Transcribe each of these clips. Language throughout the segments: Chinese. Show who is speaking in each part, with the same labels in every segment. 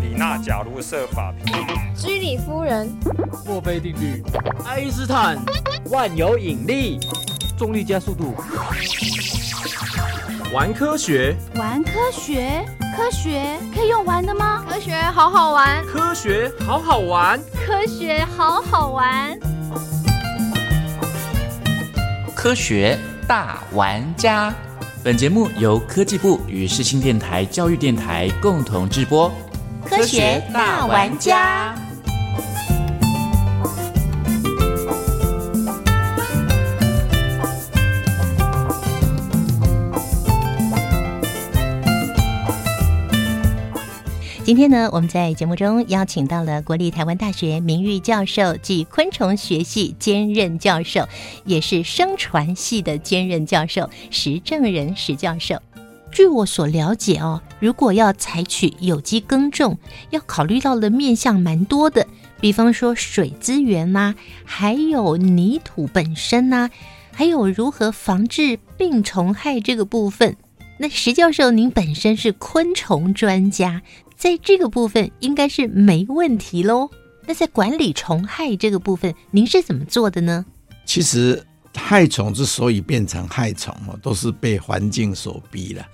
Speaker 1: 李娜假如设法瓶，
Speaker 2: 居里夫人、
Speaker 3: 墨菲定律、爱因斯坦、
Speaker 4: 万有引力、
Speaker 3: 重力加速度。
Speaker 5: 玩科学，
Speaker 6: 玩科学，科学可以用玩的吗？
Speaker 2: 科学好好玩，
Speaker 5: 科学好好玩，
Speaker 2: 科学好好玩。
Speaker 7: 科学大玩家。本节目由科技部与世新电台教育电台共同制播。
Speaker 8: 科学大玩家。今天呢，我们在节目中邀请到了国立台湾大学名誉教授暨昆虫学系兼任教授，也是生传系的兼任教授石正仁石教授。据我所了解哦，如果要采取有机耕种，要考虑到的面向蛮多的，比方说水资源呐、啊，还有泥土本身呐、啊，还有如何防治病虫害这个部分。那石教授，您本身是昆虫专家。在这个部分应该是没问题喽。那在管理虫害这个部分，您是怎么做的呢？
Speaker 9: 其实害虫之所以变成害虫哦，都是被环境所逼了。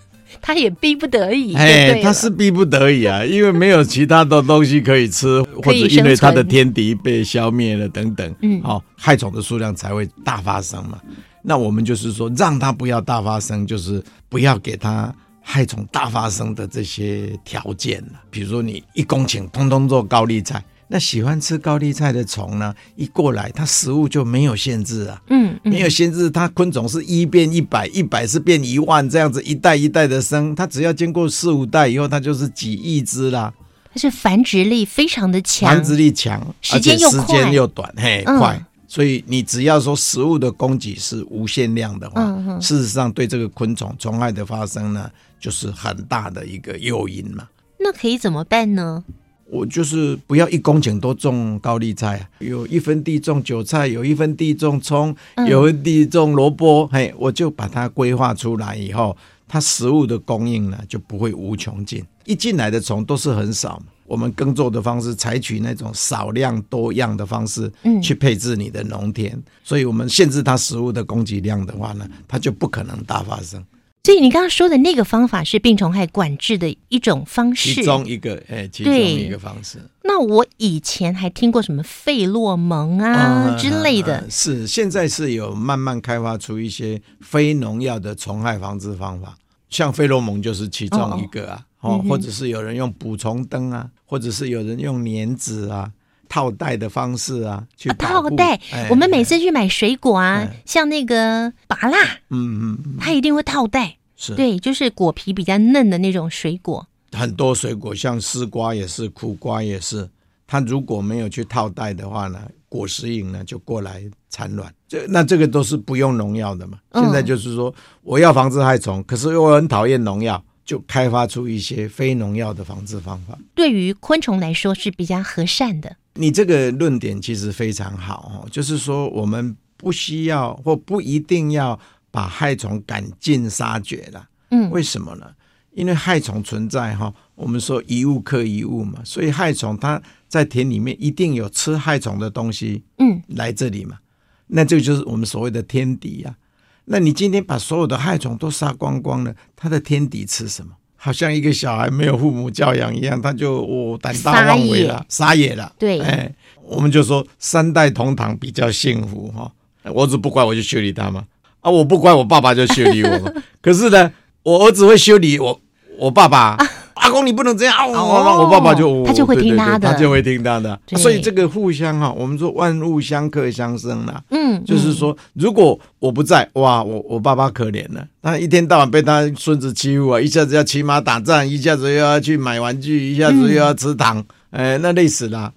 Speaker 8: 他也逼不得已，
Speaker 9: 哎，他是逼不得已啊，因为没有其他的东西可以吃，或者因为他的天敌被消灭了等等，嗯，好、哦，害虫的数量才会大发生嘛。那我们就是说，让它不要大发生，就是不要给它。害虫大发生的这些条件呢，比如说你一公顷通通做高丽菜，那喜欢吃高丽菜的虫呢，一过来它食物就没有限制啊，嗯，嗯没有限制，它昆虫是一变一百，一百是变一万，这样子一代一代的生，它只要经过四五代以后，它就是几亿只啦。
Speaker 8: 它是繁殖力非常的强，
Speaker 9: 繁殖力强，
Speaker 8: 时间又
Speaker 9: 时间又短，嘿，嗯、快。所以你只要说食物的供给是无限量的话，嗯嗯、事实上对这个昆虫虫害的发生呢，就是很大的一个诱因嘛。
Speaker 8: 那可以怎么办呢？
Speaker 9: 我就是不要一公顷都种高丽菜、啊，有一分地种韭菜，有一分地种葱，有一分地种萝卜。嗯、嘿，我就把它规划出来以后，它食物的供应呢就不会无穷尽。一进来的虫都是很少嘛。我们耕作的方式采取那种少量多样的方式，嗯，去配置你的农田，嗯、所以我们限制它食物的供给量的话呢，它就不可能大发生。
Speaker 8: 所以你刚刚说的那个方法是病虫害管制的一种方式，
Speaker 9: 其中一个，哎、欸，其中一个方式。
Speaker 8: 那我以前还听过什么费洛蒙啊、嗯、之类的，
Speaker 9: 嗯、是现在是有慢慢开发出一些非农药的虫害防治方法，像费洛蒙就是其中一个啊。哦
Speaker 8: 嗯
Speaker 9: 哦，或者是有人用捕虫灯啊，或者是有人用粘纸啊、套袋的方式啊去、啊、
Speaker 8: 套袋。哎、我们每次去买水果啊，哎、像那个拔蜡、嗯，嗯嗯，它一定会套袋。
Speaker 9: 是，
Speaker 8: 对，就是果皮比较嫩的那种水果。
Speaker 9: 很多水果，像丝瓜也是，苦瓜也是，它如果没有去套袋的话呢，果实蝇呢就过来产卵。这那这个都是不用农药的嘛。嗯、现在就是说，我要防治害虫，可是我很讨厌农药。就开发出一些非农药的防治方法，
Speaker 8: 对于昆虫来说是比较和善的。
Speaker 9: 你这个论点其实非常好哦，就是说我们不需要或不一定要把害虫赶尽杀绝了。嗯，为什么呢？因为害虫存在哈，我们说一物克一物嘛，所以害虫它在田里面一定有吃害虫的东西，嗯，来这里嘛，嗯、那这个就是我们所谓的天敌呀、啊。那你今天把所有的害虫都杀光光了，它的天敌吃什么？好像一个小孩没有父母教养一样，他就我、哦、胆大妄为了，撒野了。
Speaker 8: 对，
Speaker 9: 哎，我们就说三代同堂比较幸福哈、哦。我儿子不乖，我就修理他嘛；啊，我不乖，我爸爸就修理 我嘛。可是呢，我儿子会修理我，我爸爸。 啊阿公，你不能这样啊！我我爸爸就
Speaker 8: 哦
Speaker 9: 哦
Speaker 8: 他就会听他
Speaker 9: 的，他就会听他的。啊所以这个互相哈，我们说万物相克相生啦。嗯，就是说，如果我不在，哇，我我爸爸可怜了，他一天到晚被他孙子欺负啊，一下子要骑马打仗，一下子又要去买玩具，一下子又要吃糖，哎，那累死了。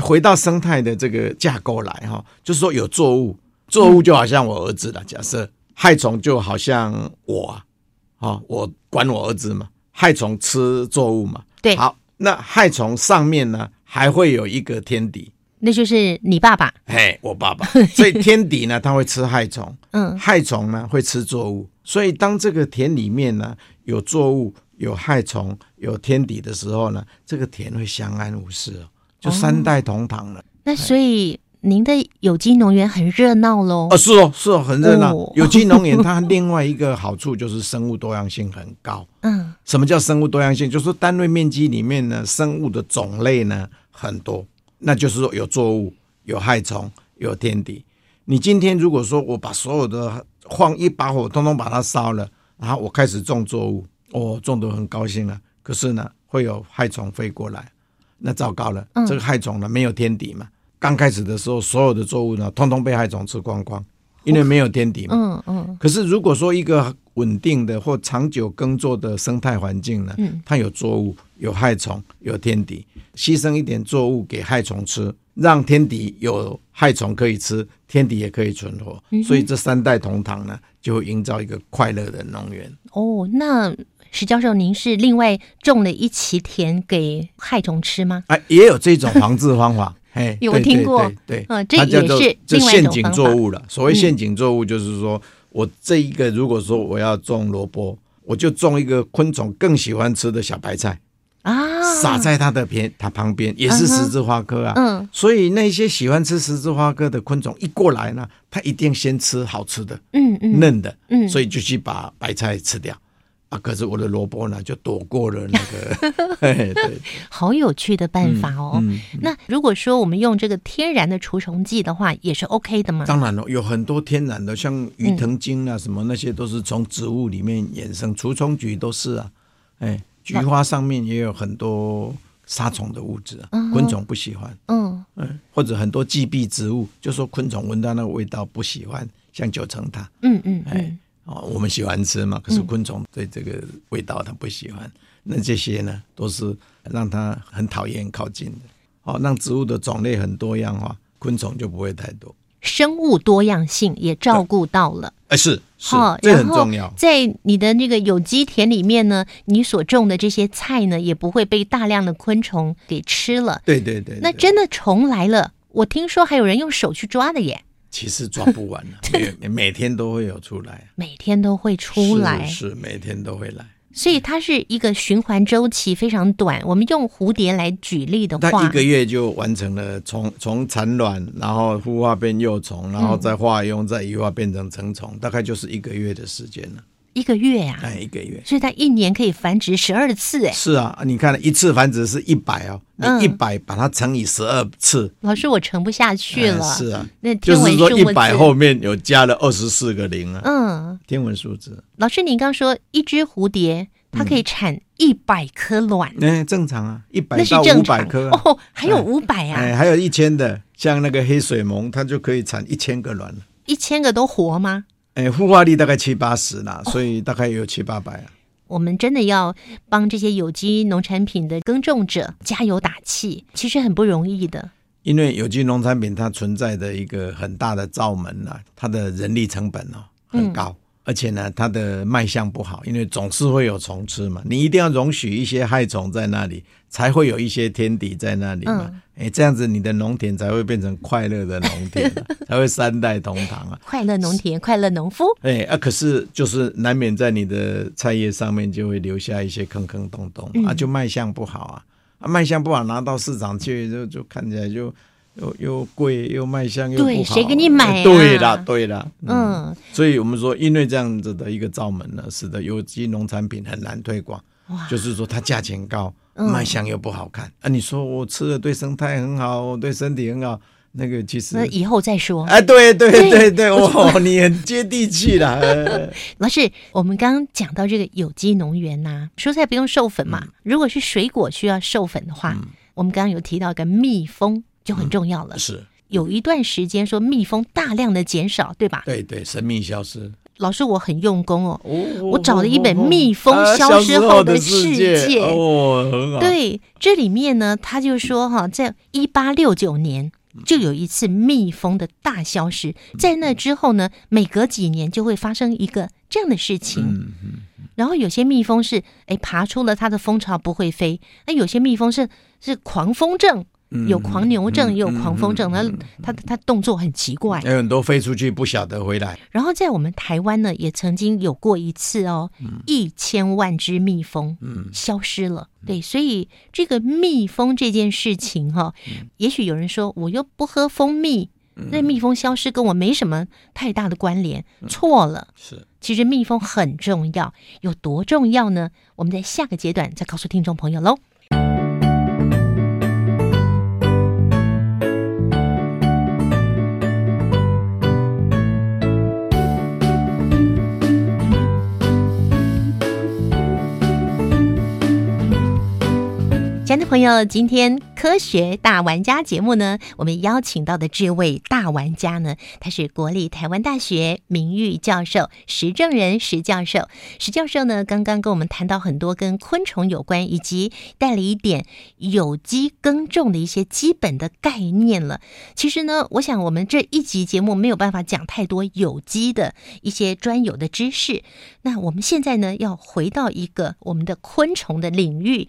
Speaker 9: 回到生态的这个架构来哈，就是说有作物，作物就好像我儿子了。假设害虫就好像我啊，啊，我管我儿子嘛。害虫吃作物嘛？
Speaker 8: 对。
Speaker 9: 好，那害虫上面呢还会有一个天敌，
Speaker 8: 那就是你爸爸。
Speaker 9: 哎，我爸爸。所以天敌呢，它会吃害虫。嗯。害虫呢会吃作物，所以当这个田里面呢有作物，有害虫、有天敌的时候呢，这个田会相安无事哦，就三代同堂了。
Speaker 8: 那所以您的有机农园很热闹喽
Speaker 9: 哦，。是哦，是哦，很热闹
Speaker 8: 哦。
Speaker 9: 有机农园它另外一个好处就是生物多样性很高。
Speaker 8: 嗯，
Speaker 9: 什么叫生物多样性？就是说单位面积里面呢，生物的种类呢很多，那就是说有作物、有害虫、有天敌。你今天如果说我把所有的放一把火，通通把它烧了，然后我开始种作物，哦，种得很高兴啊。可是呢，会有害虫飞过来，那糟糕了，这个害虫呢没有天敌嘛。刚开始的时候，所有的作物呢，通通被害虫吃光光，因为没有天敌嘛。
Speaker 8: 嗯嗯，
Speaker 9: 可是如果说一个稳定的或长久耕作的生态环境呢，它有作物、有害虫、有天敌，牺牲一点作物给害虫吃，让天敌有害虫可以吃，天敌也可以存活，所以这三代同堂呢，就会营造一个快乐的农园。
Speaker 8: 哦，那石教授，您是另外种了一畦田给害虫吃吗？
Speaker 9: 啊，也有这种防治方 法。嘿，
Speaker 8: 有
Speaker 9: 对
Speaker 8: 听
Speaker 9: 对
Speaker 8: 过
Speaker 9: 对对，
Speaker 8: 嗯这
Speaker 9: 它叫
Speaker 8: 也
Speaker 9: 做
Speaker 8: 是
Speaker 9: 这
Speaker 8: 另外一
Speaker 9: 陷
Speaker 8: 种
Speaker 9: 阱
Speaker 8: 方
Speaker 9: 作
Speaker 8: 法嗯
Speaker 9: 物了。所谓陷阱作物，就是说、我这一个如果说我要种萝卜，我就种一个昆虫更喜欢吃的小白菜，
Speaker 8: 啊，
Speaker 9: 撒在它的边，它旁边也是十字花科啊。
Speaker 8: 嗯，
Speaker 9: 所以那些喜欢吃十字花科的昆虫一过来呢，它一定先吃好吃的、
Speaker 8: 嗯嗯，
Speaker 9: 嫩的，
Speaker 8: 嗯
Speaker 9: 所以就去把白菜吃掉。啊，可是我的萝卜呢，就躲过了那个， 嘿嘿对，
Speaker 8: 好有趣的办法哦。
Speaker 9: 嗯，
Speaker 8: 那如果说我们用这个天然的除虫剂的话，也是 OK 的吗？
Speaker 9: 当然了，哦有很多天然的，像鱼藤精啊，什么那些都是从植物里面衍生，除虫菊都是啊，哎，菊花上面也有很多杀虫的物质啊，昆虫不喜欢，
Speaker 8: 嗯，
Speaker 9: 嗯，或者很多寄避植物，就说昆虫闻到那个味道不喜欢，像九层塔，
Speaker 8: 嗯嗯嗯
Speaker 9: 哎，哦，我们喜欢吃嘛，可是昆虫对这个味道它不喜欢，那这些呢都是让它很讨厌靠近的，哦，让植物的种类很多样化，昆虫就不会太多。
Speaker 8: 生物多样性也照顾到了。
Speaker 9: 哎，是是
Speaker 8: 好，，
Speaker 9: 这
Speaker 8: 哦然
Speaker 9: 很
Speaker 8: 后
Speaker 9: 重要。
Speaker 8: 在你的那个有机田里面呢，你所种的这些菜呢，也不会被大量的昆虫给吃了。
Speaker 9: 对对对，
Speaker 8: 那
Speaker 9: 对
Speaker 8: 真的虫来了，我听说还有人用手去抓的耶，
Speaker 9: 其实抓不 完了，每每天都会有出来，
Speaker 8: 每天都会出来，
Speaker 9: 是是每天都会来，
Speaker 8: 所以它是一个循环周期非常短。我们用蝴蝶来举例的
Speaker 9: 它
Speaker 8: 话，
Speaker 9: 一个月就完成了从从产卵，然后孵化变幼虫，然
Speaker 8: 嗯
Speaker 9: 后再化蛹，再羽化变成成虫，大概就是一个月的时间了，
Speaker 8: 一个月呀、
Speaker 9: 哎，一个月。
Speaker 8: 所以它一年可以繁殖十二次，哎，
Speaker 9: 是啊，你看一次繁殖是一百哦，
Speaker 8: 嗯
Speaker 9: 你一百把它乘以十二次，
Speaker 8: 老师我撑不下去
Speaker 9: 哎
Speaker 8: 了。
Speaker 9: 是啊，
Speaker 8: 那
Speaker 9: 就
Speaker 8: 天文
Speaker 9: 是
Speaker 8: 数
Speaker 9: 说
Speaker 8: 目
Speaker 9: 一百
Speaker 8: 字
Speaker 9: 后面有加了二十四个零啊，
Speaker 8: 嗯，
Speaker 9: 天文数字，
Speaker 8: 老师您刚说一只蝴蝶它
Speaker 9: 嗯
Speaker 8: 可以产一百颗卵，
Speaker 9: 哎，正常啊，一百
Speaker 8: 那是
Speaker 9: 到五
Speaker 8: 正常
Speaker 9: 百颗啊，
Speaker 8: 哦，还有五百
Speaker 9: 哎，
Speaker 8: 啊，
Speaker 9: 还有一千的，像那个黑水虻，它就可以产一千个卵了。
Speaker 8: 一千个都活吗？
Speaker 9: 哎，孵化率大概七八十啦，所以大概也有七八百啊。
Speaker 8: 我们真的要帮这些有机农产品的耕种者加油打气，其实很不容易的。
Speaker 9: 因为有机农产品它存在的一个很大的罩门啊，它的人力成本哦很高，而且呢它的卖相不好，因为总是会有虫吃嘛，你一定要容许一些害虫在那里，才会有一些天敌在那里嘛。哎，这样子你的农田才会变成快乐的农田啊、才会三代同堂啊。
Speaker 8: 快乐农田，快乐农夫。
Speaker 9: 哎、啊，可是就是难免在你的菜叶上面就会留下一些坑坑洞洞、
Speaker 8: 嗯
Speaker 9: 啊，就卖相不好啊，啊卖相不好拿到市场去就就看起来就又又贵又卖相又不好，
Speaker 8: 对谁给你买啊
Speaker 9: 哎对啦对啦，嗯，
Speaker 8: 嗯，
Speaker 9: 所以我们说，因为这样子的一个罩门呢，使得有机农产品很难推广，就是说它价钱高，
Speaker 8: 嗯
Speaker 9: 卖相又不好看、啊，你说我吃了对生态很好，我对身体很好，那个其实
Speaker 8: 那。以后再说。
Speaker 9: 哎，对对对对，哦， 你很接地气啦。哎
Speaker 8: 老师，我们刚刚讲到这个有机农园呐、蔬菜不用授粉嘛。
Speaker 9: 嗯
Speaker 8: 如果是水果需要授粉的话，我们刚刚有提到一个蜜蜂就
Speaker 9: 嗯
Speaker 8: 很重要了。
Speaker 9: 是
Speaker 8: 有一段时间说蜜蜂大量的减少，对吧？
Speaker 9: 对对，神秘消失。
Speaker 8: 老师，我很用功哦，我找了一本《蜜蜂
Speaker 9: 啊
Speaker 8: 消失
Speaker 9: 失
Speaker 8: 后
Speaker 9: 的
Speaker 8: 世
Speaker 9: 界
Speaker 8: 界》
Speaker 9: 哦，很好。，
Speaker 8: 对，这里面呢，他就说哈，在一八六九年
Speaker 9: 嗯
Speaker 8: 就有一次蜜蜂的大消失，在那之后呢，每隔几年就会发生一个这样的事情。
Speaker 9: 嗯
Speaker 8: 然后有些蜜蜂是哎爬出了它的蜂巢不会飞，那有些蜜蜂是是狂风症，
Speaker 9: 嗯
Speaker 8: 有狂牛症，也有狂风症，他他他动作很奇怪。
Speaker 9: 还有很多飞出去不晓得回来，
Speaker 8: 然后在我们台湾呢，也曾经有过一次哦，一千万只蜜蜂消失了。对，所以这个蜜蜂这件事情哈、也许有人说我又不喝蜂蜜，那蜜蜂消失跟我没什么太大的关联，错了。
Speaker 9: 是
Speaker 8: 其实蜜蜂很重要，有多重要呢？我们在下个阶段再告诉听众朋友喽。亲爱的朋友，今天《科学大玩家》节目呢，我们邀请到的这位大玩家呢，他是国立台湾大学名誉教授石正人石教授。石教授呢，刚刚跟我们谈到很多跟昆虫有关，以及带了一点有机耕种的一些基本的概念了。其实呢，我想我们这一集节目没有办法讲太多有机的一些专有的知识。那我们现在呢，要回到一个我们的昆虫的领域。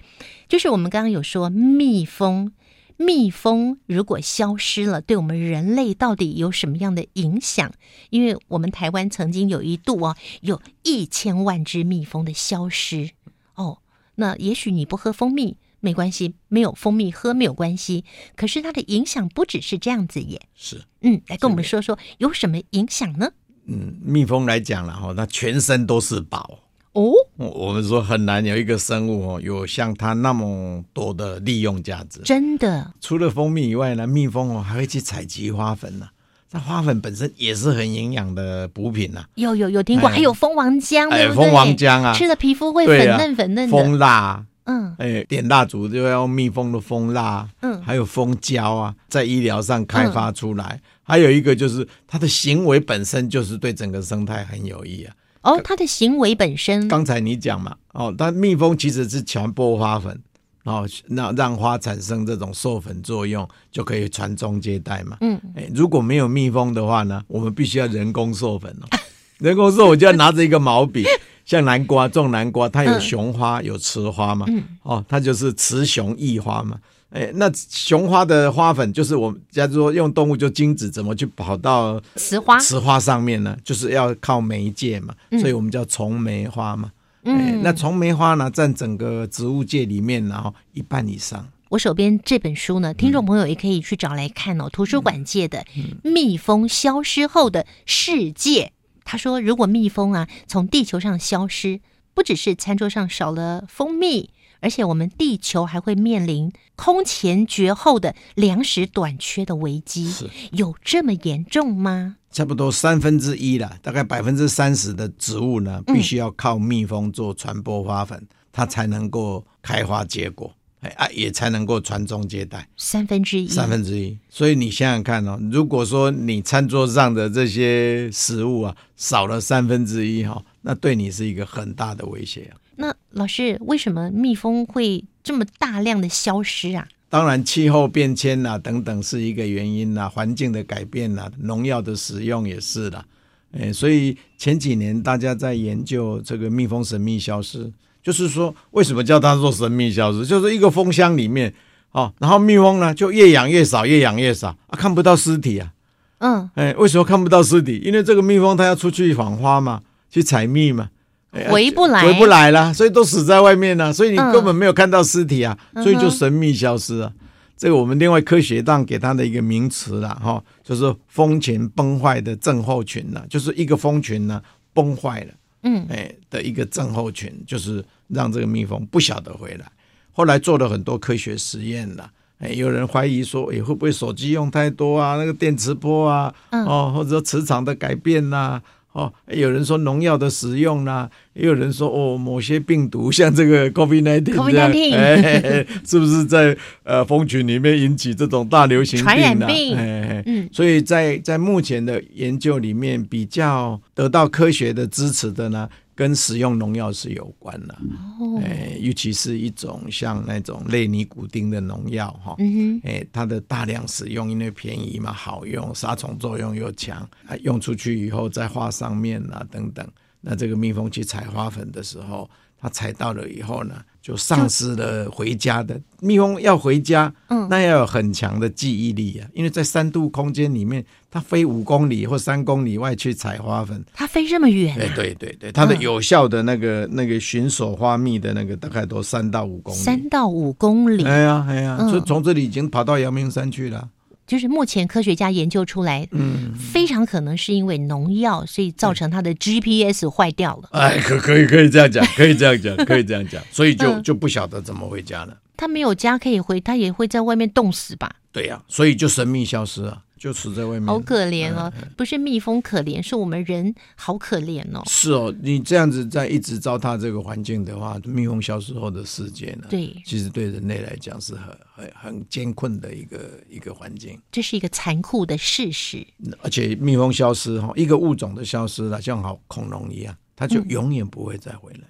Speaker 8: 就是我们刚刚有说蜜蜂，蜜蜂如果消失了，对我们人类到底有什么样的影响？因为我们台湾曾经有一度哦，有一千万只蜜蜂的消失哦。那也许你不喝蜂蜜没关系，没有蜂蜜喝没有关系，可是它的影响不只是这样子耶。
Speaker 9: 是，
Speaker 8: 嗯，来跟我们说说有什么影响呢？
Speaker 9: 嗯，蜜蜂来讲了哈，它全身都是宝。
Speaker 8: 哦，
Speaker 9: 我我们说很难有一个生物哦，有像它那么多的利用价值。
Speaker 8: 真的，
Speaker 9: 除了蜂蜜以外呢，蜜蜂哦还会去采集花粉呢、那花粉本身也是很营养的补品呐、
Speaker 8: 有有有听过，
Speaker 9: 哎
Speaker 8: 还有蜂王浆，
Speaker 9: 哎
Speaker 8: 对不对？
Speaker 9: 蜂王浆啊
Speaker 8: 吃了皮肤会粉
Speaker 9: 对啊
Speaker 8: 嫩粉嫩的，
Speaker 9: 蜂蜡，
Speaker 8: 嗯，
Speaker 9: 哎，点蜡烛就要用蜜蜂的蜂蜡，
Speaker 8: 嗯
Speaker 9: 还有蜂胶啊，在医疗上开发出来。
Speaker 8: 嗯
Speaker 9: 还有一个就是它的行为本身就是对整个生态很有益啊。
Speaker 8: 哦，它的行为本身，
Speaker 9: 刚才你讲嘛，哦，但蜜蜂其实是传播花粉，哦，那让花产生这种授粉作用，就可以传宗接代嘛。
Speaker 8: 嗯，
Speaker 9: 哎，如果没有蜜蜂的话呢，我们必须要人工授粉哦。 人工授，我就要拿着一个毛笔，像南瓜种南瓜，它有雄花、有雌花嘛，哦，它就是雌雄异花嘛。哎，那雄花的花粉就是我们，假如说用动物就精子怎么去跑到
Speaker 8: 雌花，
Speaker 9: 雌花上面呢，就是要靠媒介嘛，所以我们叫丛媒花嘛。哎那丛媒花呢，占整个植物界里面，然后一半以上。
Speaker 8: 我手边这本书
Speaker 9: 嗯
Speaker 8: 呢，听众朋友也可以去找来看哦，图书馆界的
Speaker 9: 嗯
Speaker 8: 《蜜蜂消失后的世界》。他说，如果蜜蜂啊从地球上消失，不只是餐桌上少了蜂蜜，而且我们地球还会面临空前绝后的粮食短缺的危机。
Speaker 9: 是
Speaker 8: 有这么严重吗？
Speaker 9: 差不多三分之一啦，大概百分之三十的植物呢，必须要靠蜜蜂做传播花粉，它才能够开花结果，哎啊，也才能够传宗接代。
Speaker 8: 三分之一，
Speaker 9: 三分之一，所以你想想看哦，如果说你餐桌上的这些食物啊少了三分之一哈，那对你是一个很大的威胁啊。
Speaker 8: 那老师，为什么蜜蜂会这么大量的消失啊？
Speaker 9: 当然，气候变迁呐、等等是一个原因啦、环境的改变啦、农药的使用也是啦。诶，所以前几年大家在研究这个蜜蜂神秘消失，就是说为什么叫它做神秘消失，就是一个蜂箱里面哦，然后蜜蜂呢就越养越少，越养越少啊，看不到尸体啊。
Speaker 8: 嗯，
Speaker 9: 哎，为什么看不到尸体？因为这个蜜蜂它要出去访花嘛，去采蜜嘛，哎
Speaker 8: 回不来
Speaker 9: 回不来啦，所以都死在外面了，所以你
Speaker 8: 嗯
Speaker 9: 根本没有看到尸体啊，所以
Speaker 8: 嗯
Speaker 9: 就
Speaker 8: 哼
Speaker 9: 神秘消失啊。这个我们另外科学上给它的一个名词啦，哈、就是蜂群崩坏的症候群呐、就是一个蜂群呢、崩坏了，
Speaker 8: 嗯，
Speaker 9: 哎的一个症候群，就是让这个蜜蜂不晓得回来。后来做了很多科学实验啦，哎，有人怀疑说，哎，会不会手机用太多啊？那个电磁波啊，
Speaker 8: 嗯
Speaker 9: 哦，或者说磁场的改变呐、哦，有人说农药的使用啦、也有人说哦，某些病毒像这 个 COVID-19
Speaker 8: COVID-19
Speaker 9: 这样哎， 是不是在呃蜂群里面引起这种大流行病、啊、
Speaker 8: 传染病
Speaker 9: 哎，
Speaker 8: 嗯
Speaker 9: 嗯，所以在在目前的研究里面，比较得到科学的支持的呢，跟使用农药是有关的、
Speaker 8: 哦，
Speaker 9: 哎，尤其是一种像那种类尼古丁的农药哈，
Speaker 8: 嗯
Speaker 9: 哎，它的大量使用因为便宜嘛，好用，杀虫作用又强，啊，用出去以后在花上面啊等等，那这个蜜蜂去采花粉的时候，它采到了以后呢，就丧失了回家的蜜蜂要回家，
Speaker 8: 嗯
Speaker 9: 那要有很强的记忆力啊，因为在三度空间里面，它飞五公里或三公里外去采花粉，
Speaker 8: 它飞这么远
Speaker 9: 哎，
Speaker 8: 啊，
Speaker 9: 对对对，它的
Speaker 8: 嗯
Speaker 9: 有效的那个那个巡守花蜜的那个大概都三到五公里，
Speaker 8: 三到五公里，
Speaker 9: 哎呀哎呀，
Speaker 8: 嗯
Speaker 9: 就从这里已经跑到阳明山去了，
Speaker 8: 就是目前科学家研究出来，
Speaker 9: 嗯，
Speaker 8: 非常可能是因为农药，所以造成它的 GPS 坏掉了，
Speaker 9: 哎，可可以可以这样讲， 可以这样讲，可以这样讲，所以就
Speaker 8: 嗯
Speaker 9: 就不晓得怎么回家了。
Speaker 8: 它没有家可以回，它也会在外面冻死吧？
Speaker 9: 对呀、所以就神秘消失啊，就死在外面。
Speaker 8: 好可怜哦，
Speaker 9: 哎
Speaker 8: 不是蜜蜂可怜，是我们人好可怜哦。
Speaker 9: 是哦，你这样子在一直糟蹋这个环境的话，蜜蜂消失后的世界呢？
Speaker 8: 对，
Speaker 9: 其实对人类来讲是很很很艰困的一个一个环境，
Speaker 8: 这是一个残酷的事实。
Speaker 9: 而且蜜蜂消失哈，一个物种的消失了，像好恐龙一样，它
Speaker 8: 嗯
Speaker 9: 就永远不会再回来。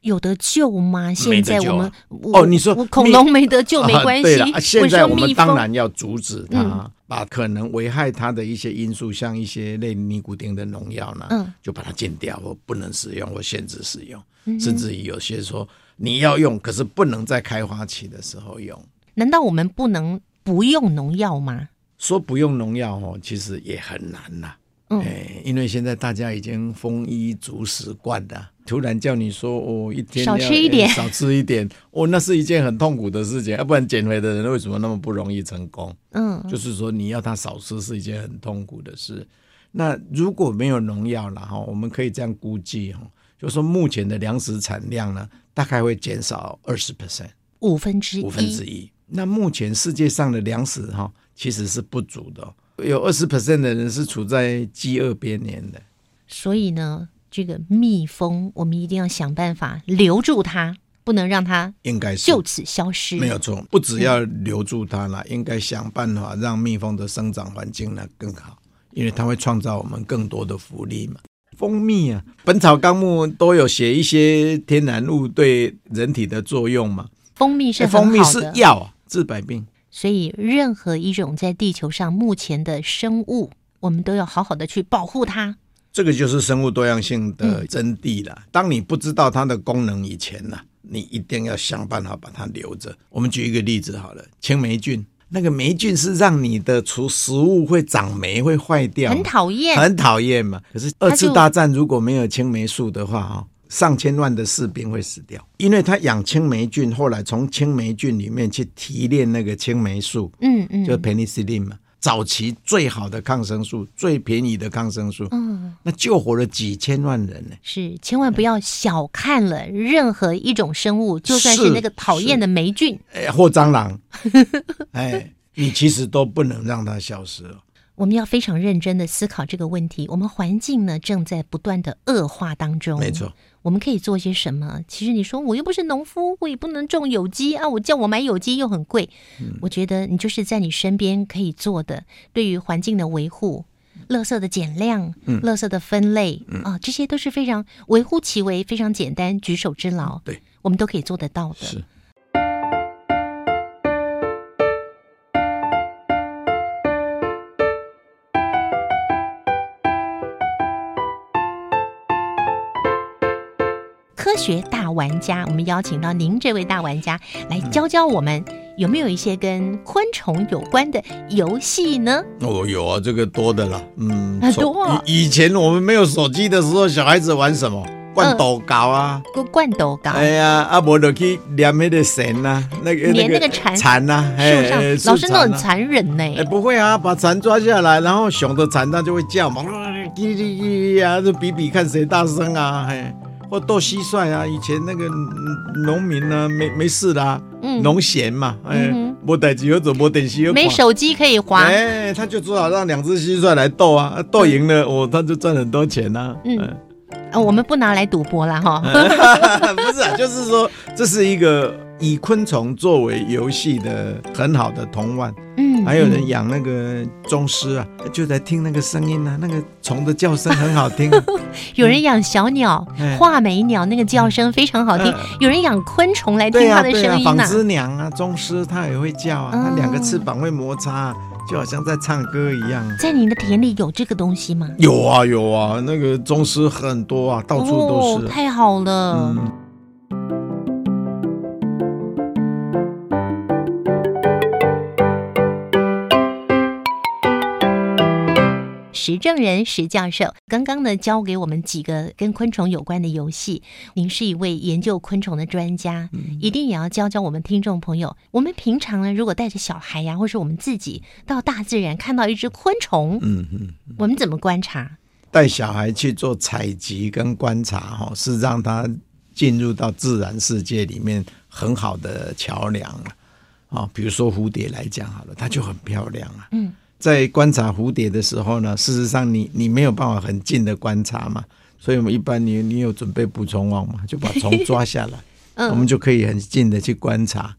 Speaker 8: 有得救吗？
Speaker 9: 没
Speaker 8: 现
Speaker 9: 得
Speaker 8: 在
Speaker 9: 救
Speaker 8: 我们
Speaker 9: 啊
Speaker 8: 我
Speaker 9: 哦你说
Speaker 8: 我恐
Speaker 9: 蜜
Speaker 8: 龙没得救没关
Speaker 9: 啊
Speaker 8: 系
Speaker 9: 对了，啊，现在
Speaker 8: 说
Speaker 9: 我们
Speaker 8: 蜜
Speaker 9: 当
Speaker 8: 蜂嗯
Speaker 9: 然要阻止它，把可能危害它的一些因素，像一些类尼古丁的农药呢，
Speaker 8: 嗯
Speaker 9: 就把它禁掉或不能使用或限制使用，甚至于有些说你要用，可是不能在开花期的时候用。
Speaker 8: 难道我们不能不用农药吗？
Speaker 9: 说不用农药哦，其实也很难呐、
Speaker 8: 嗯
Speaker 9: 哎，因为现在大家已经丰衣足食惯了，突然叫你说哦，一天
Speaker 8: 少
Speaker 9: 要
Speaker 8: 吃一点
Speaker 9: 哎少吃一点，哦，那是一件很痛苦的事情。要、啊不然减肥的人为什么那么不容易成功？
Speaker 8: 嗯，
Speaker 9: 就是说你要他少吃是一件很痛苦的事。那如果没有农药了哈，我们可以这样估计哈，就说目前的粮食产量呢，大概会减少二十 percent，
Speaker 8: 五分之一，
Speaker 9: 五分之一。那目前世界上的粮食哈，其实是不足的哦，有二十 percent 的人是处在饥饿边缘的。
Speaker 8: 所以呢，这个蜜蜂我们一定要想办法留住它，不能让它
Speaker 9: 应该是
Speaker 8: 就此消失。
Speaker 9: 没有错，不只要留住它啦，应该想办法让蜜蜂的生长环境呢更好，因为它会创造我们更多的福利嘛。蜂蜜啊，《本草纲目》都有写一些天然物对人体的作用嘛。
Speaker 8: 蜂蜜是
Speaker 9: 哎
Speaker 8: 很
Speaker 9: 蜂蜜
Speaker 8: 好
Speaker 9: 是
Speaker 8: 的，
Speaker 9: 药啊，治百病。
Speaker 8: 所以任何一种在地球上目前的生物，我们都要好好的去保护它。
Speaker 9: 这个就是生物多样性
Speaker 8: 嗯
Speaker 9: 的真谛啦。当你不知道它的功能以前呢、你一定要想办法把它留着。我们举一个例子好了，青霉菌，那个霉菌是让你的除食物会长霉、会坏掉嘛，
Speaker 8: 很讨厌，
Speaker 9: 很讨厌嘛。可是二次大战如果没有青霉素的话，哈，上千万的士兵会死掉，因为他养青霉菌，后来从青霉菌里面去提炼那个青霉素，
Speaker 8: 嗯嗯，
Speaker 9: 就 penicillin 嘛，早期最好的抗生素，最便宜的抗生素，
Speaker 8: 嗯，
Speaker 9: 那救活了几千万人呢。
Speaker 8: 是，千万不要小看了任何一种生物，就算是
Speaker 9: 是
Speaker 8: 那个讨厌的霉菌，
Speaker 9: 哎，或蟑螂，哎，你其实都不能让它消失哦。
Speaker 8: 我们要非常认真的思考这个问题。我们环境呢正在不断的恶化当中，
Speaker 9: 没错。，
Speaker 8: 我们可以做些什么？其实你说我又不是农夫，我也不能种有机啊，我叫我买有机又很贵。
Speaker 9: 嗯
Speaker 8: 我觉得你就是在你身边可以做的，对于环境的维护。垃圾的减量，
Speaker 9: 嗯
Speaker 8: 垃圾的分类，啊，这些都是非常微乎其微、非常简单、举手之劳。
Speaker 9: 对，
Speaker 8: 我们都可以做得到的。
Speaker 9: 是。
Speaker 8: 科学大玩家，我们邀请到您这位大玩家来
Speaker 9: 嗯
Speaker 8: 教教我们，有没有一些跟昆虫有关的游戏呢？
Speaker 9: 哦，有啊，这个多的啦，嗯，
Speaker 8: 很
Speaker 9: 从
Speaker 8: 多啊
Speaker 9: 以以前我们没有手机的时候，小孩子玩什么？
Speaker 8: 嗯
Speaker 9: 灌斗搞啊，
Speaker 8: 个罐头搞，
Speaker 9: 哎呀，啊，无就去连那个绳啊，那个
Speaker 8: 粘那个蝉
Speaker 9: 蝉啊，
Speaker 8: 树上、
Speaker 9: 哎
Speaker 8: 老师那很。
Speaker 9: 树啊
Speaker 8: 残忍呢、
Speaker 9: 哎，不会啊，把蝉抓下来，然后熊的蝉它就会叫嘛， 叽叽叽叽啊，就比比看谁大声啊，哎，或斗蟋蟀啊，以前那个嗯农民呢、没没事啦，
Speaker 8: 嗯
Speaker 9: 农闲嘛，哎
Speaker 8: 嗯，
Speaker 9: 没代志有做，没电视有
Speaker 8: 没
Speaker 9: 看
Speaker 8: 手机可以滑，
Speaker 9: 哎、他就只好让两只蟋蟀来斗啊，啊斗赢了我、他就赚很多钱呐、
Speaker 8: 嗯
Speaker 9: 嗯，
Speaker 8: 啊我们不拿来赌博啦哈。
Speaker 9: 不是啊，就是说这是一个以昆虫作为游戏的很好的同伴。
Speaker 8: 嗯，
Speaker 9: 还有人
Speaker 8: 嗯
Speaker 9: 养那个宗师啊，就在听那个声音啊，那个虫的叫声很好听、 啊。
Speaker 8: 有人养小鸟
Speaker 9: 哎、
Speaker 8: 画眉鸟，那个叫声非常好听
Speaker 9: 嗯。
Speaker 8: 有人养昆虫来
Speaker 9: 对
Speaker 8: 听它
Speaker 9: 啊，
Speaker 8: 的
Speaker 9: 对啊
Speaker 8: 声，音嗯
Speaker 9: 纺
Speaker 8: 呐。
Speaker 9: 织娘啊，宗师它也会叫啊，它两个翅膀会摩擦啊，就好像在唱歌一样啊。
Speaker 8: 在你的田里有这个东西吗？
Speaker 9: 有啊有啊，那个宗
Speaker 8: 哦
Speaker 9: 师很多啊，到处都是啊、
Speaker 8: 哦，太好了。
Speaker 9: 嗯
Speaker 8: 石正人石教授。刚刚呢，教给我们几个跟昆虫有关的游戏。您是一位研究昆虫的专家，
Speaker 9: 嗯
Speaker 8: 一定也要教教我们听众朋友。我们平常呢，如果带着小孩呀，或是我们自己到大自然看到一只昆虫，
Speaker 9: 嗯嗯。
Speaker 8: 我们怎么观察？
Speaker 9: 带小孩去做采集跟观察，哈，是让他进入到自然世界里面很好的桥梁啊。啊，比如说蝴蝶来讲好了，它就很漂亮啊。
Speaker 8: 嗯，
Speaker 9: 在观察蝴蝶的时候呢，事实上你你没有办法很近的观察嘛，所以我们一般你你有准备捕虫网嘛，就把 虫抓下来，
Speaker 8: 嗯
Speaker 9: 我们就可以很近的去观察。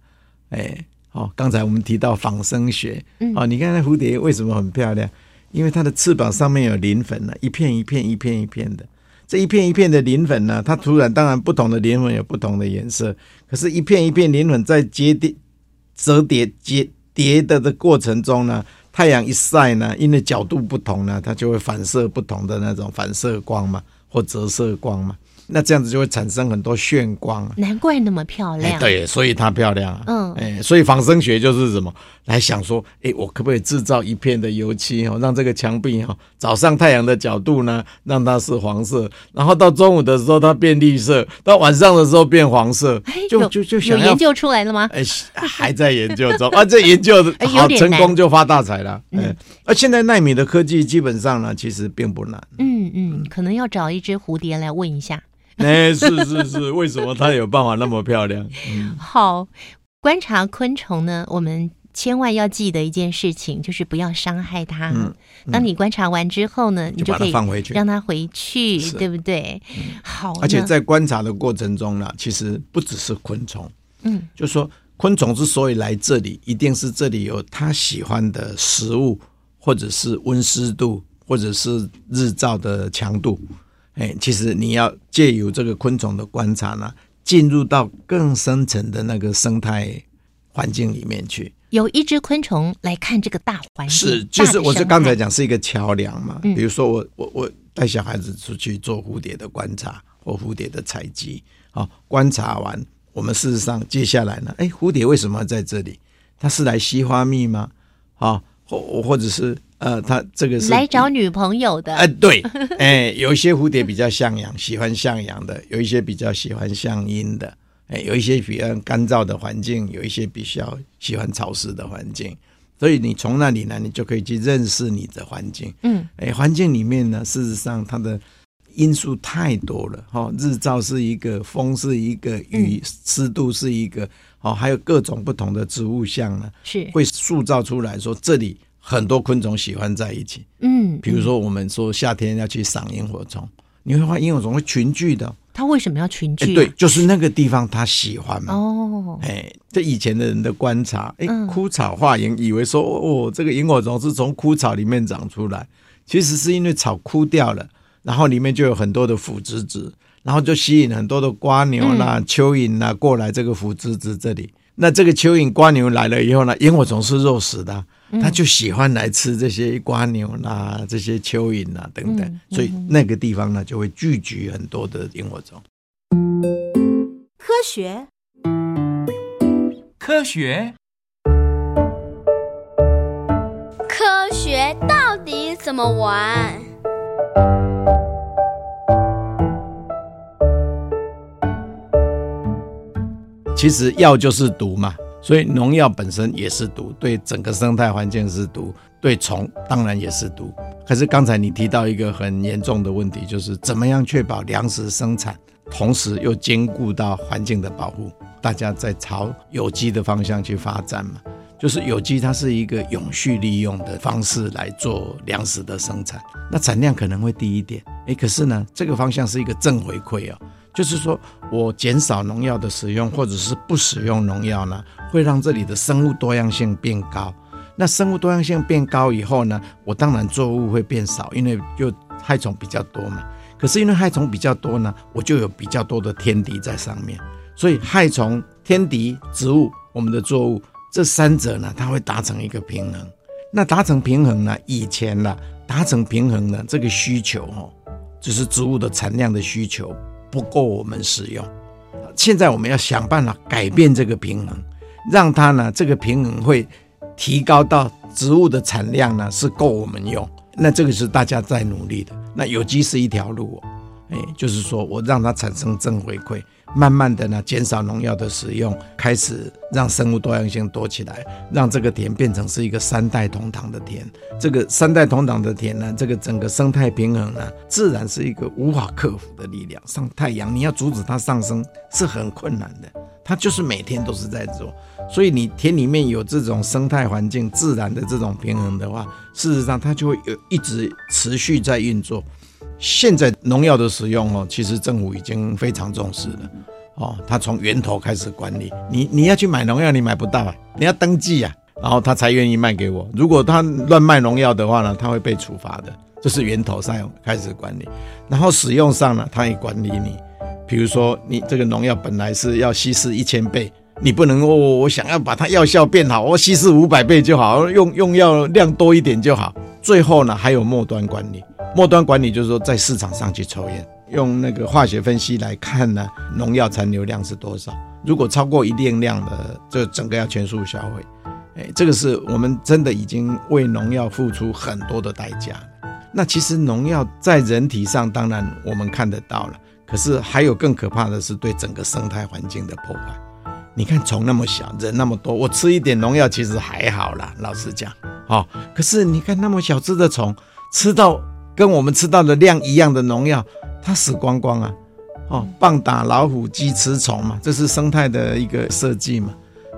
Speaker 9: 哎，好、刚才我们提到仿生学，
Speaker 8: 嗯
Speaker 9: 哦，你看那蝴蝶为什么很漂亮？因为它的翅膀上面有鳞粉啊呢、一片一片一片一片的。这一片一片的鳞粉呢、它突然当然不同的鳞粉有不同的颜色，可是，一片一片鳞粉在结叠、折叠、结叠的的过程中呢，太阳一晒呢，因为角度不同呢，它就会反射不同的那种反射光嘛，或折射光嘛。那这样子就会产生很多眩光啊，
Speaker 8: 难怪那么漂
Speaker 9: 哎
Speaker 8: 亮。
Speaker 9: 对，所以它漂亮啊。
Speaker 8: 嗯
Speaker 9: 哎、所以仿生学就是什么？来想说，哎、我可不可以制造一片的油漆哦，让这个墙壁哦，早上太阳的角度呢，让它是黄色，然后到中午的时候它变绿色，到晚上的时候变黄色
Speaker 8: 哎，
Speaker 9: 就
Speaker 8: 有
Speaker 9: 就就
Speaker 8: 有
Speaker 9: 想要
Speaker 8: 研。究出来了吗？
Speaker 9: 哎，还在研究 中啊！这研究
Speaker 8: 哎
Speaker 9: 的
Speaker 8: 有
Speaker 9: 好
Speaker 8: 点
Speaker 9: 成
Speaker 8: 难
Speaker 9: 功就发大财了。
Speaker 8: 嗯
Speaker 9: 嗯，而现在纳米的科技基本上呢，其实并不难。
Speaker 8: 嗯嗯，可能要找一只蝴蝶来问一下。
Speaker 9: 哎，是是是，为什么它有办法那么漂亮？嗯
Speaker 8: 好，观察昆虫呢，我们千万要记得一件事情，就是不要伤害它。
Speaker 9: 嗯
Speaker 8: 当你观察完之后呢，你
Speaker 9: 就
Speaker 8: 就
Speaker 9: 把
Speaker 8: 可
Speaker 9: 它
Speaker 8: 以
Speaker 9: 放回去。
Speaker 8: 让它回去，
Speaker 9: 是嗯
Speaker 8: 对不对？好呢，
Speaker 9: 而且在观察的过程中呢，其实不只是昆虫，
Speaker 8: 嗯，
Speaker 9: 就说昆虫之所以来这里，一定是这里有它喜欢的食物，或者是温湿度，或者是日照的强度。哎，其实你要借由这个昆虫的观察呢，进入到更深层的那个生态环境里面去。
Speaker 8: 有一只昆虫来看这个大环境，
Speaker 9: 是，
Speaker 8: 大
Speaker 9: 就
Speaker 8: 的
Speaker 9: 是我
Speaker 8: 生
Speaker 9: 是刚才
Speaker 8: 态
Speaker 9: 讲是一个桥梁嘛。
Speaker 8: 嗯
Speaker 9: 比如说我我我带小孩子出去做蝴蝶的观察或蝴蝶的采集，好、观察完，我们事实上接下来呢，哎，蝴蝶为什么要在这里？它是来吸花蜜吗？好、或或者是呃，它这个是
Speaker 8: 来找女朋友的，
Speaker 9: 哎，对， 哎，有一些蝴蝶比较向阳，喜欢向阳的；有一些比较喜欢向阴的；哎，有一些比较干燥的环境，有一些比较喜欢潮湿的环境。所以你从那里呢，你就可以去认识你的环境。
Speaker 8: 嗯，
Speaker 9: 哎，环境里面呢，事实上它的因素太多了哈、哦，日照是一个，风是一个，
Speaker 8: 嗯
Speaker 9: 雨湿度是一个，哦，还有各种不同的植物相呢，
Speaker 8: 是，
Speaker 9: 会塑造出来说这里很多昆虫喜欢在一起。
Speaker 8: 嗯，
Speaker 9: 比如
Speaker 8: 嗯，
Speaker 9: 说我们说夏天要去赏萤火虫，你会发现萤火虫会群聚的，
Speaker 8: 它为什么要群
Speaker 9: 哎、
Speaker 8: 聚、啊？
Speaker 9: 对，就是那个地方它喜欢嘛。
Speaker 8: 哦，
Speaker 9: 哎，这以前的人的观察，哎
Speaker 8: 嗯，
Speaker 9: 枯草化萤，以为说哦，这个萤火虫是从枯草里面长出来，其实是因为草枯掉了，然后里面就有很多的腐殖质，然后就吸引很多的瓜牛啦、
Speaker 8: 嗯
Speaker 9: 蚯蚓啦过来这个腐殖质这里。那这个蚯蚓、瓜牛来了以后呢，萤火虫是肉食的啊，
Speaker 8: 嗯
Speaker 9: 它就喜欢来吃这些瓜牛啦、这些蚯蚓啦等
Speaker 8: 嗯
Speaker 9: 等，所以那个地方呢就会聚集很多的萤火虫。
Speaker 6: 科学。
Speaker 5: 科学
Speaker 2: 科学到底怎么玩？
Speaker 9: 其实药就是毒嘛，所以农药本身也是毒，对整个生态环境是毒，对虫当然也是毒。可是刚才你提到一个很严重的问题，就是怎么样确保粮食生产，同时又兼顾到环境的保护，大家在朝有机的方向去发展嘛。就是有机，它是一个永续利用的方式来做粮食的生产，那产量可能会低一点，诶，可是呢，这个方向是一个正回馈哦，就是说我减少农药的使用，或者是不使用农药呢，会让这里的生物多样性变高。那生物多样性变高以后呢，我当然作物会变少，因为就害虫比较多嘛。可是因为害虫比较多呢，我就有比较多的天敌在上面，所以害虫、天敌、植物、我们的作物这三者呢，它会达成一个平衡。那达成平衡呢，以前呢，达成平衡呢，这个需求哦，就是植物的产量的需求不够我们使用。现在我们要想办法改变这个平衡，让它呢这个平衡会提高到植物的产量呢是够我们用，那这个是大家在努力的。那有机是一条路、哦，哎，就是说我让它产生正回馈，慢慢的呢减少农药的使用，开始让生物多样性多起来，让这个田变成是一个三代同堂的田。这个三代同堂的田呢，这个整个生态平衡呢，自然是一个无法克服的力量。上太阳，你要阻止它上升是很困难的，它就是每天都是在做。所以你田里面有这种生态环境、自然的这种平衡的话，事实上它就会有一直持续在运作。现在农药的使用哦，其实政府已经非常重视了哦，它从源头开始管理。你你要去买农药，你买不到啊，你要登记啊，然后他才愿意卖给我。如果他乱卖农药的话呢，他会被处罚的。这是源头上开始管理，然后使用上呢，他也管理你。比如说，你这个农药本来是要稀释一千倍。你不能哦，我想要把它药效变好，我稀释五百倍就好，用用药量多一点就好。最后呢，还有末端管理，末端管理就是说在市场上去抽验，用那个化学分析来看呢，农药残留量是多少，如果超过一定量的，就整个要全数销毁。哎，这个是我们真的已经为农药付出很多的代价。那其实农药在人体上，当然我们看得到了，可是还有更可怕的是对整个生态环境的破坏。你看虫那么小，人那么多，我吃一点农药其实还好啦，老实讲，哦，可是你看那么小只的虫，吃到跟我们吃到的量一样的农药，它死光光啊，哦，棒打老虎，鸡吃虫嘛，这是生态的一个设计嘛。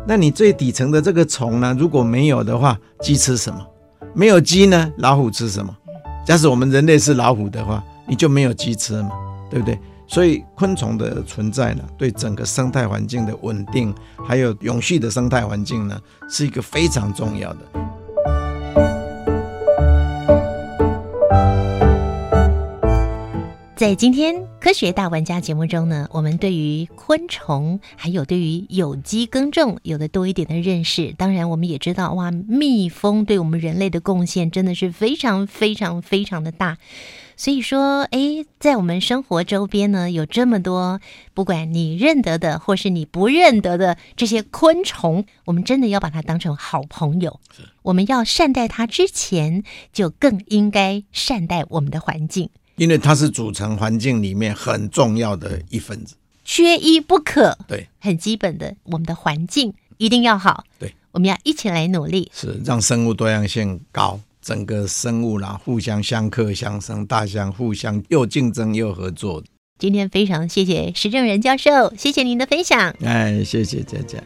Speaker 9: 那你最底层的这个虫呢，如果没有的话，鸡吃什么？没有鸡呢，老虎吃什么？假使我们人类是老虎的话，你就没有鸡吃嘛，对不对？所以昆虫的存在呢，对整个生态环境的稳定，还有永续的生态环境呢，是一个非常重要的。
Speaker 8: 在今天《科学大玩家》节目中呢，我们对于昆虫还有对于有机耕种有了多一点的认识。当然，我们也知道哇，蜜蜂对我们人类的贡献真的是非常非常非常的大。所以说，哎，在我们生活周边呢，有这么多，不管你认得的或是你不认得的这些昆虫，我们真的要把它当成好朋友。我们要善待它之前，就更应该善待我们的环境，
Speaker 9: 因为它是组成环境里面很重要的一份子。
Speaker 8: 缺一不可。
Speaker 9: 对，
Speaker 8: 很基本的，我们的环境一定要好。
Speaker 9: 对，
Speaker 8: 我们要一起来努力。
Speaker 9: 是让生物多样性高，整个生物啦互相相克相生，大相互相又竞争又合作。
Speaker 8: 今天非常谢谢石正仁教授，谢谢您的分享。
Speaker 9: 哎，谢谢佳佳。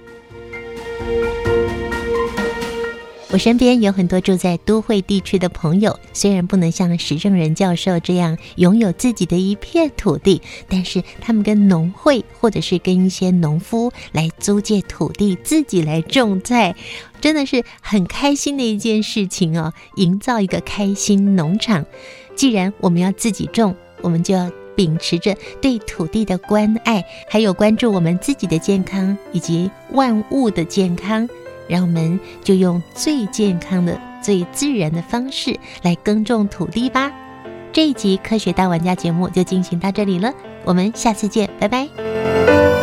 Speaker 8: 我身边有很多住在都会地区的朋友，虽然不能像石正仁教授这样拥有自己的一片土地，但是他们跟农会或者是跟一些农夫来租借土地，自己来种菜，真的是很开心的一件事情哦。营造一个开心农场，既然我们要自己种，我们就要。秉持着对土地的关爱，还有关注我们自己的健康以及万物的健康，让我们就用最健康的、最自然的方式来耕种土地吧。这一集《科学大玩家》节目就进行到这里了，我们下次见，拜拜。